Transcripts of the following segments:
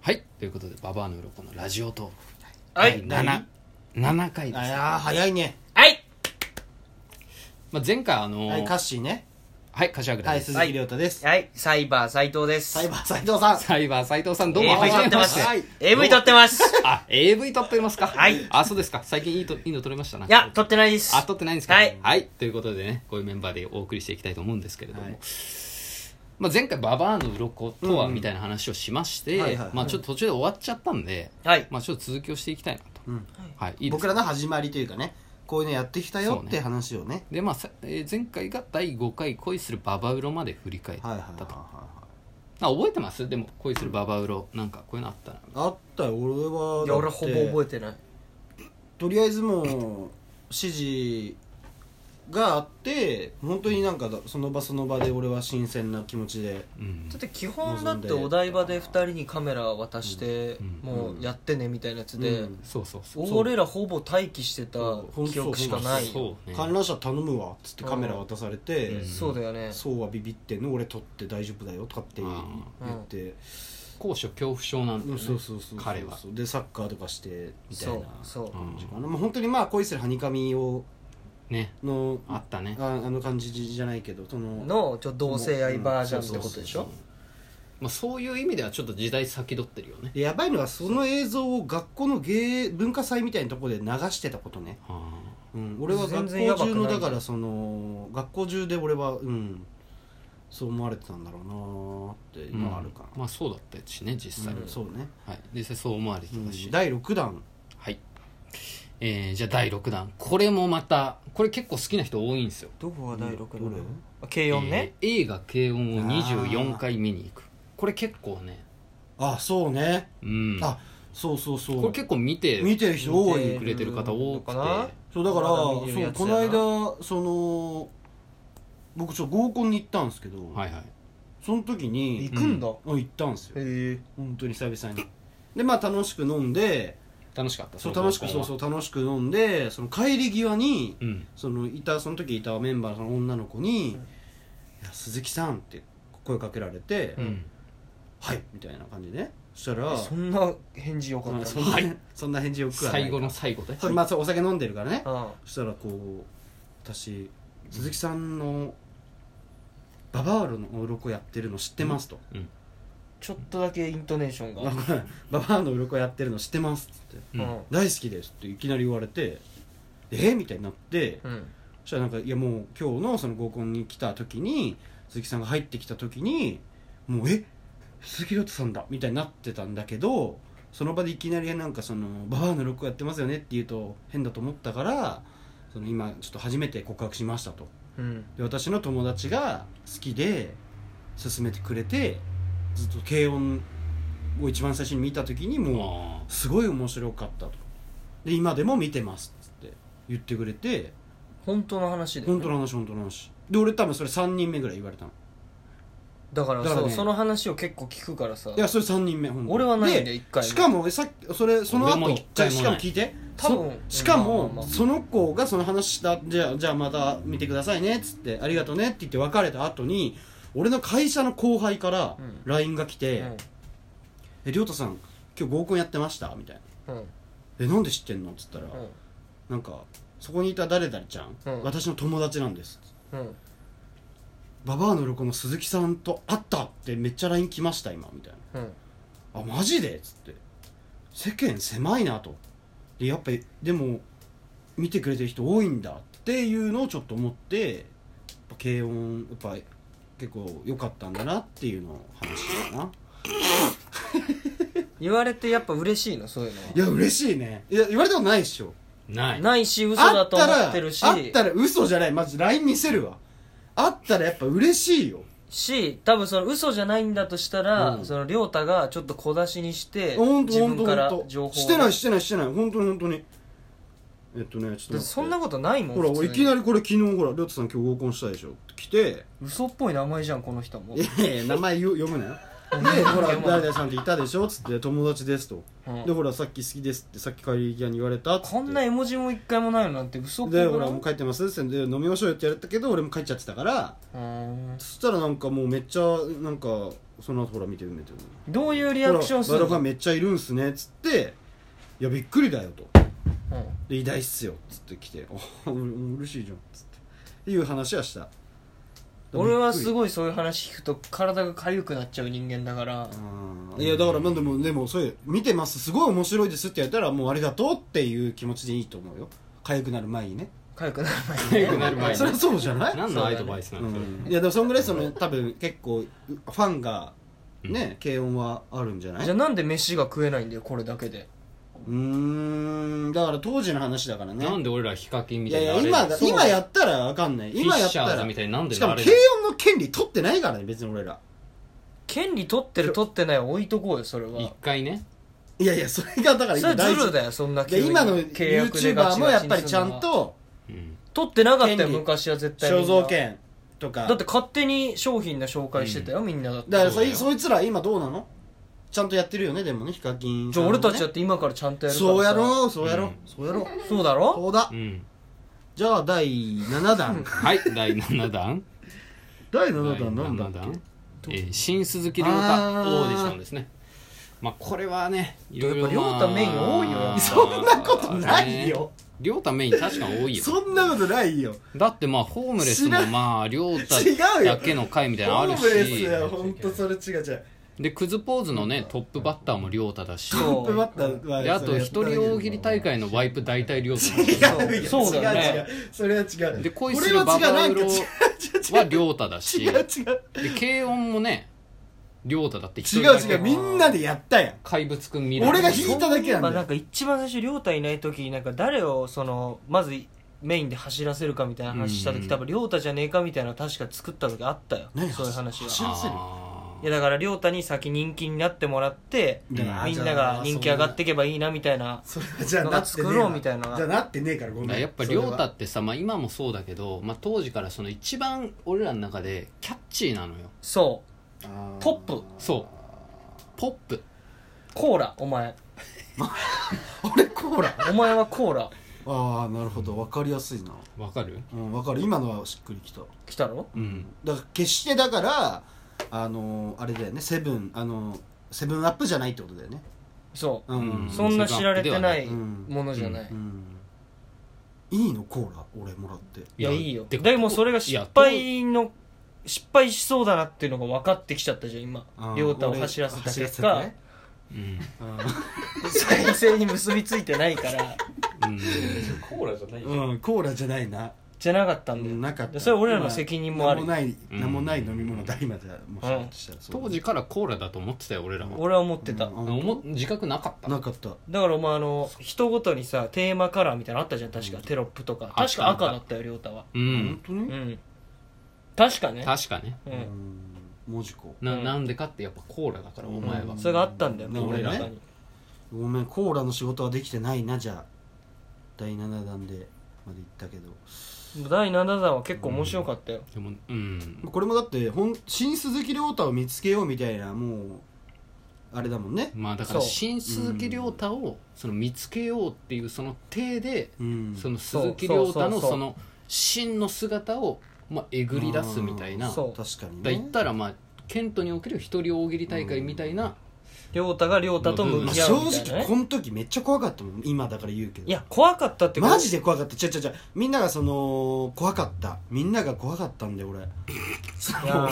はいということで「ババアの鱗のラジオトーク」はい第何 7, 7回です、ああ早いねはい、まあ、前回あのははいいカッシーねはい柏倉はでいす、鈴木亮太ですはい、サイバー斎藤です。サイバー斎藤さんサイバー斎藤さんどうもは AV じ撮っめてまましてすはい。 AV 撮ってます。いあ AV 撮ってますかはいあそうですか最近いいといいの撮れましたないや、撮ってないです。あ撮ってないんですかはいということでねこういうメンバーでお送りしていきたいと思うんですけれども、はいまあ、前回「ババアの鱗とは」みたいな話をしまして、はいはいまあ、ちょっと途中で終わっちゃったんで、はい。まあ、ちょっと続きをしていきたいなと、うんはい、いいです僕からの始まりというかねこういうのやってきたよっそうねて話をねでまあさえー前回が第5回恋するババウロまで振り返ったと、はいはいはいはいあ覚えてますでも恋するババウロなんかこういうのあったなあったよ俺はいや、俺ほぼえ覚えてない。とりあえずもう指示があって本当になんかだその場その場で俺は新鮮な気持ちでうんだって基本だってお台場で二人にカメラ渡してうん、もうやってねみたいなやつでう、んそうそうそう俺らほぼ待機してた記憶しかない。そうそうね観覧車頼むわっつってカメラ渡されてんそうだよね。そうはビビってんの俺撮って大丈夫だよとかって言って高所恐怖症なんだうよんねそうそうそう彼はそうでサッカーとかしてみたいそなう、そう。うん感じかなまあ本当にまあ恋するはにかみをねのあったねああの感じじゃないけどそのの、ちょ、同性愛バージョンってことでしそうょそうまあ、そういう意味ではちょっと時代先取ってるよねでやばいのはその映像を学校の芸文化祭みたいなところで流してたことね、あうん、俺は学全然や校ばく中ないのだからその学校中で俺はうんそう思われてたんだろうなーってーいうのはあるかな、まあそうだったしね実際、うんそうね、はい、実際そう思われてうたし、ん、第6弾はい、えー、じゃあ第6弾これもまたこれ結構好きな人多いんですよどこが第六なのの軽音ね。えー映画「軽音」を24回見に行くこれ結構ねあそうね、うんあそうそうそうこれ結構見て見てる人多見いてくれてる方多くかなてそうだからまだそ見てるやうつこやのな間その僕ちょっと合コンに行ったんですけど、はいはいその時に行くんだ。うん行ったんですよへえ。本当に久々にでまあ楽しく飲んで楽しかったそう楽しくそううそう楽しく飲んでその帰り際にうんそのいたその時いたメンバーの女の子に「いや鈴木さん」って声かけられてううんん「はい」みたいな感じでねそしたらそんな返事よかまっあたそのんなそんな返事をくはない最後の最後でそうまあそうお酒飲んでるからねあそしたらこう私鈴木さんのババアロの鱗やってるの知ってますと、ちょっとだけイントネーションが。ババアの鱗やってるの知ってますっつってうんうん大好きですっていきなり言われてえみたいになってうん。そしたらなんかいやもう今日のその合コンに来た時に鈴木さんが入ってきた時にもうえ鈴木亮太さんだみたいになってたんだけどその場でいきなりなんかそのババアの録音やってますよねって言うと変だと思ったからその今ちょっと初めて告白しましたとうん。で私の友達が好きで勧めてくれてずっと軽音を一番最初に見た時にもあうすごい面白かったとで今でも見てますっつって言ってくれて本当の話で、本当の話本当の話で俺多分それ3人目ぐらい言われたのだからだからねそうその話を結構聞くからさいやそれ3人目ほんと俺はないんだよ一回もしかもさっきそれその俺も後一回もないじゃあしかも聞いて多分そしかも、うんまあまあまあその子がその話したじゃあじゃあまた見てくださいねっつってありがとうねって言って別れた後に俺の会社の後輩から LINE が来てうん「え亮太さん今日合コンやってました?」みたいなうん「えなんで知ってんの?」っつったら、うんなんかそこにいた誰々ちゃん、うん私の友達なんですうんババアの横の鈴木さんと会ったってめっちゃ LINE 来ました今みたいなうんあマジでっつって世間狭いなとでやっぱりでも見てくれてる人多いんだっていうのをちょっと思ってやっぱ軽音やっぱ結構良かったんだなっていうのを話したな言われてやっぱ嬉しいのそういうのいや嬉しいねいや言われたことないっしょーないはないし嘘だと思ってるしあったらあったら嘘じゃないマジ LINE 見せるわあったらやっぱ嬉しいよし多分その嘘じゃないんだとしたら、うんその亮太がちょっと小出しにして本当自本分から当本情報当をしてないしてないしてない本当に本当にえっとねちょっとだ待っっててそんなことないもんほら普通俺にいきなりこれ昨日ほら亮太さん今日合コンしたでしょって来 て嘘っぽい名前じゃんこの人もい、やいや名前言う読むなよ でほら誰々さんっていたでしょっつって友達ですとうんでほらさっき好きですってさっき帰り際に言われたっつってこんな絵文字も一回もないのなんて嘘っぽでくほならいもう帰ってますってで飲みましょうよってやれたけど俺も帰っちゃってたからうんそしたらなんかもうめっちゃなんかその後ほら見てる見てるどういうリアクションすほるらバラファンのめっちゃいるんすねっつっていやびっくりだよとうんで偉大っすよっつって来ておう嬉しいじゃんっつってっていう話はした俺はすいごいそういう話聞くと体が痒くなっちゃう人間だからいやだからまあでもでもそういう見てますすごい面白いですってやったらもうありがとうっていう気持ちでいいと思うよ痒くなる前にね痒くなる前に早くなる前にそりゃそうじゃない何のアドバイスなうのそれんいやでもそんぐらいその多分結構ファンがね軽音はあるんじゃないじゃあなんで飯が食えないんだよこれだけでうーんだから当時の話だからねなんで俺らヒカキンみいたやいないや今あれだそう今やったらわかんない今やったフィッシャーらズみたいになんでしかもなれ軽る音の権利取ってないからね別に俺ら権利取ってる取ってないは置いとこうよそれ一は回ねいやいやそれがだからそれ今大ずる事だよそんなで今の契約でガ YouTuber チもガやっチにぱするのりはちゃんとうん取ってなかった権よ利昔は絶対みん肖な像権とかだって勝手に商品の紹介してたよ、みんなだってだからそうそだいよそいつら今どうなのちゃんとやってるよねでもねヒカキンじさゃんあもね俺たちだって今からちゃんとやるからさそうやろうそうやろううんそうやろうそうだろそうだうんじゃあ第7弾はい第7弾 第第7弾なん7だっけ弾えー新鈴木亮太オあーーディションですねまあこれはねいろいやろっぱ亮太メイン多い よまあ そんなことないよ亮太メイン確か多いよそんなことないよだってまあホームレスもまあ亮太違うよだけの回みたいなのホあるーしムレスは本当それ違う違うでクズポーズのねトップバッターも亮太だしそうトップバッターはであとそれ一人大喜利大会のワイプ大体亮太違うよそうだよね違う違うそれは違うで恋するバこれはバ違ウうなロんかは亮太だし違う違う違うで軽音もね亮太だって一人だ違う違けうみんなでやったやん怪物くん見る俺が引いただけやんまあだなんよか一番最初亮太いない時なんか誰をそのまずメインで走らせるかみたいな話したうん時多分亮太じゃねえかみたいなの確か作った時あったよ何そういう話走はらせるあいやだから亮太に先人気になってもらってだからみんなが人気上がっていけばいいなみたいなそれはじゃあなってねえ作ろうみたいなじゃあなってねえからごーだかめらんやっぱ亮太ってさ、まあ、今もそうだけど、まあ、当時からその一番俺らの中でキャッチーなのよそうポップそうポップコーラお前プ俺コーラお前はコーラああなるほど分かりやすいなわかるうん分かる今のはしっくりきた来たろうんだから決してだからあのーあれだよねセブンあのーセブンアップじゃないってことだよねそううんんうそんな知られてないうんものじゃない、うんいいのコーラ俺もらっていやいいよてでかもそれが失いや敗の失敗しそうだなっていうのが分かってきちゃったじゃん今あー亮太を走らせた俺結果、走うんらせてね再生に結びついてないからうんコーラじゃないよ、うんコーラじゃないなじゃなかったうんだよ、んなかったそれ俺らの責任もあるなんもないうんなんもない飲み物だ今じゃもしかしたらそう当時からコーラだと思ってたよ俺らは俺は思ってた、うん思自覚なかったなかっただからお前あの人ごとにさテーマカラーみたいなのあったじゃん確か、テロップとか確か赤だったよ亮太はうん本当にうん確かね確かねう、うんん文字子なうんなんでかってやっぱコーラだからお前はうんそれがあったんだよ、なるほど俺ねらにごめんコーラの仕事はできてないなじゃあ第7弾でまで行ったけど第7弾は結構面白かったよ、でもうんこれもだってほん新鈴木亮太を見つけようみたいなもうあれだもんねまあだからそう新鈴木亮太をその見つけようっていうその体でうんその鈴木亮太のそうそうそうその真の姿をまあえぐり出すみたいなうんそうだか確かにらね言ったらまあケントにおける一人大喜利大会みたいな亮太が亮太と向まあき合う正みたいな、直ね、この時めっちゃ怖かったもん今だから言うけどいや怖かったってことマジで怖かった違う違う違うみんながその怖かったみんなが怖かったんで俺そいやのー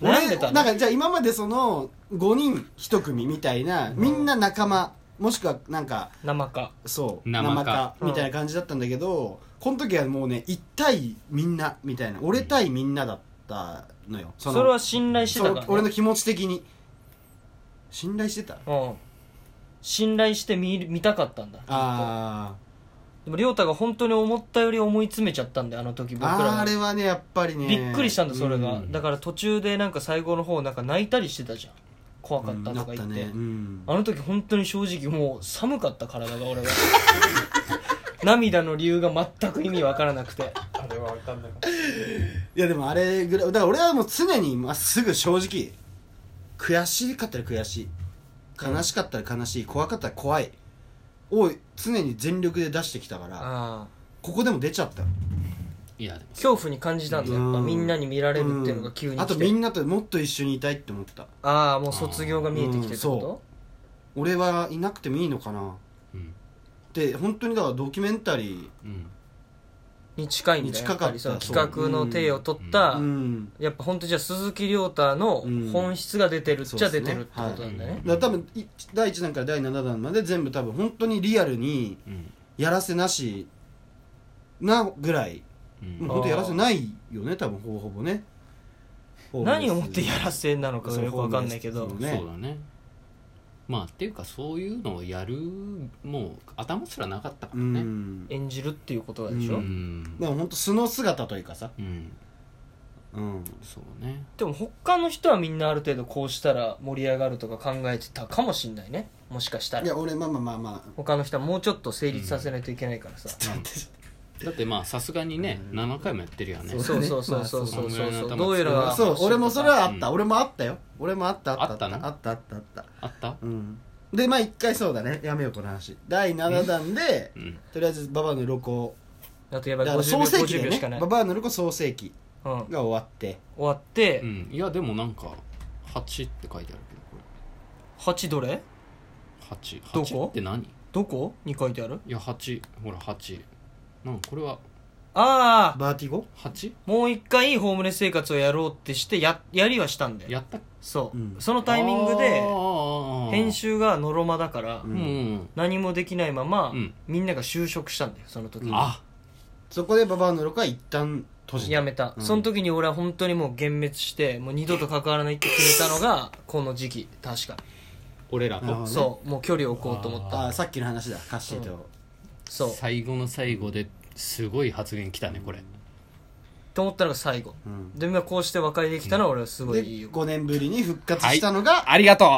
俺悩んでた なのんかじゃあ今までその5人1組みたいなみんな仲間もしくはなんか生かそう生かみたいな感じだったんだけど、この時はもうね一対みんなみたいな俺対みんなだったのよそのれは信頼してたから、ねそ、の俺の気持ち的に信頼してたうん信頼して見見たかったんだあでも亮太が本当に思ったより思い詰めちゃったんであの時ー僕らあーがあれはねやっぱりねびっくりしたんだそれが、うんだから途中でなんか最後の方なんか泣いたりしてたじゃん怖かったうんとか言って、なたねうんあの時本当に正直もう寒かった体が俺は 涙の理由が全く意味わからなくてあれは分かんないいやでもあれぐらいだから俺はもう常にまっすぐ正直悔しかったら悔しい悲しかったら悲しい怖かったら怖いを常に全力で出してきたからあここでも出ちゃったいやでも恐怖に感じたんだやっぱうんみんなに見られるっていうのが急に来て、あとみんなともっと一緒にいたいって思ったああもう卒業が見えてきてってうんこ俺はいなくてもいいのかなうんで本当にだからドキュメンタリうんとに近いんだによや近っかったぱりそのそう企画の手を取った、ーうんやっぱ本当じゃあ鈴木亮太の本質が出てるっちゃ出てるってことなんだうんそうね,、っすねはいだから多分い第1弾から第7弾まで全部多分本当にリアルにうんやらせなしなぐらいうんもう本当やらせないよね多分ほぼほぼね 何をもってやらせなのかがよくわかんないけどそうねそうだねまあっていうかそういうのをやるもう頭すらなかったかうらねん演じるっていうことでしうょ、うんでも本当素の姿というかさうんうんそうねでも他の人はみんなある程度こうしたら盛り上がるとか考えてたかもしんないねもしかしたいらや俺まあまあまあま他の人はもうちょっと成立させないといけないからさ、だってまあさすがにねうん7回もやってるよねうんそうそうそうそうそうそうそうどうやまああらそう俺もそれはあったうん俺もあったよ俺もあったあったあったのあったあったあったあったうんでまあ一回そうだねやめようこの話第7弾でうんとりあえずババアのロコあとやばだいか50ら創世記秒50で秒しかねない、ババアのロコ創世記うん、終が終わってわって、うんいやでもなんか8って書いてあるけどこ8どれれ8どこ8って何いどこに書いてあるや8ほら8なんかこれはああバーティゴ 8? もう一回ホームレス生活をやろうってしてややりはしたんだよやったそう、うんそのタイミングで編編集がノロマだから、ううんうん何もできないまま、うんみんなが就職したんだよその時、うんあそこでババアのロコは一旦閉じやためた、うんその時に俺は本当にもう幻滅してもう二度と関わらないって決めたのがこの時期確か、俺らなるほとどねそうもう距離を置こうと思ったあさっきの話だカッシーとそう最後の最後ですごい発言きたねこれと思ったのが最後うんで今こうして和解できたのは俺はすごでいいいよ5年ぶりに復活したのがありがとう